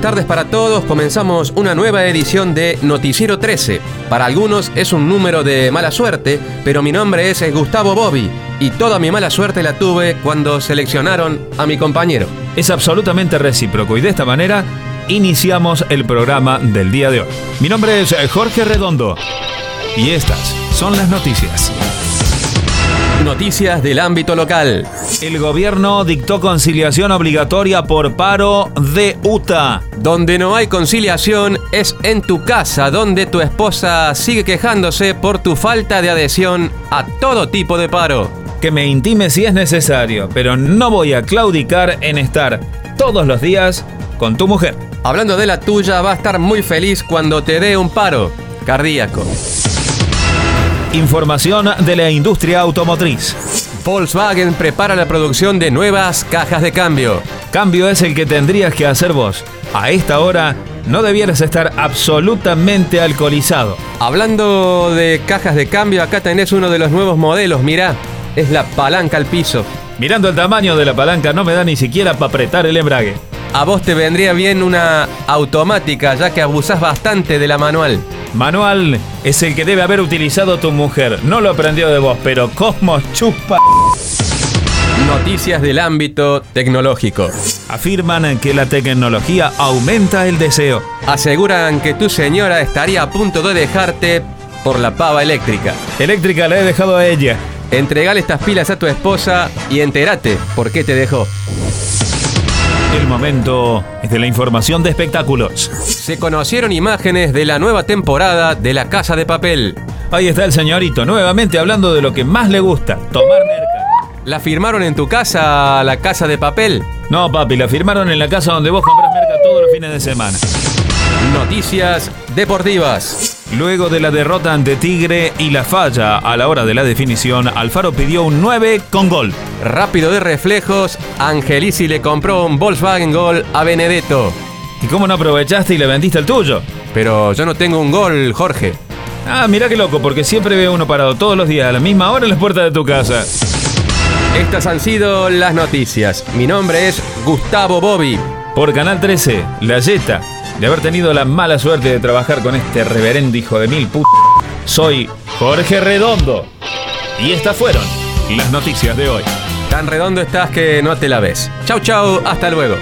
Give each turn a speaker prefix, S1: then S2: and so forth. S1: tardes para todos. Comenzamos una nueva edición de Noticiero 13. Para algunos es un número de mala suerte, pero mi nombre es eh, Gustavo Bobby y toda mi mala suerte la tuve cuando seleccionaron a mi compañero.
S2: Es absolutamente recíproco y de esta manera iniciamos el programa del día de hoy. Mi nombre es eh, Jorge Redondo y estas son las noticias.
S1: Noticias del ámbito local.
S2: El gobierno dictó conciliación obligatoria por paro de UTA.
S1: Donde no hay conciliación es en tu casa, donde tu esposa sigue quejándose por tu falta de adhesión a todo tipo de paro.
S2: Que me intime si es necesario, pero no voy a claudicar en estar todos los días con tu mujer.
S1: Hablando de la tuya, va a estar muy feliz cuando te dé un paro cardíaco.
S2: Información de la industria automotriz.
S1: Volkswagen prepara la producción de nuevas cajas de cambio.
S2: Cambio es el que tendrías que hacer vos. A esta hora no debieras estar absolutamente alcoholizado.
S1: Hablando de cajas de cambio, acá tenés uno de los nuevos modelos, mirá. Es la palanca al piso.
S2: Mirando el tamaño de la palanca no me da ni siquiera para apretar el embrague.
S1: A vos te vendría bien una automática, ya que abusás bastante de la manual.
S2: Manual es el que debe haber utilizado tu mujer. No lo aprendió de vos, pero Cosmos chupa.
S1: Noticias del ámbito tecnológico.
S2: Afirman que la tecnología aumenta el deseo.
S1: Aseguran que tu señora estaría a punto de dejarte por la pava eléctrica.
S2: Eléctrica la he dejado a ella.
S1: Entregale estas pilas a tu esposa y entérate por qué te dejó.
S2: El momento es de la información de espectáculos.
S1: Se conocieron imágenes de la nueva temporada de La Casa de Papel.
S2: Ahí está el señorito, nuevamente hablando de lo que más le gusta, tomar merca.
S1: ¿La firmaron en tu casa, La Casa de Papel?
S2: No, papi, la firmaron en la casa donde vos comprás merca todos los fines de semana.
S1: Noticias deportivas.
S2: Luego de la derrota ante Tigre y la falla a la hora de la definición, Alfaro pidió un 9 con gol.
S1: Rápido de reflejos, Angelisi le compró un Volkswagen Gol a Benedetto.
S2: ¿Y cómo no aprovechaste y le vendiste el tuyo?
S1: Pero yo no tengo un gol, Jorge.
S2: Ah, mirá qué loco, porque siempre veo uno parado todos los días a la misma hora en las puertas de tu casa.
S1: Estas han sido las noticias. Mi nombre es Gustavo Bobby.
S2: Por Canal 13, La Yeta, de haber tenido la mala suerte de trabajar con este reverendo hijo de mil putas. Soy Jorge Redondo. Y estas fueron las noticias de hoy.
S1: Tan redondo estás que no te la ves. Chau, chau, hasta luego.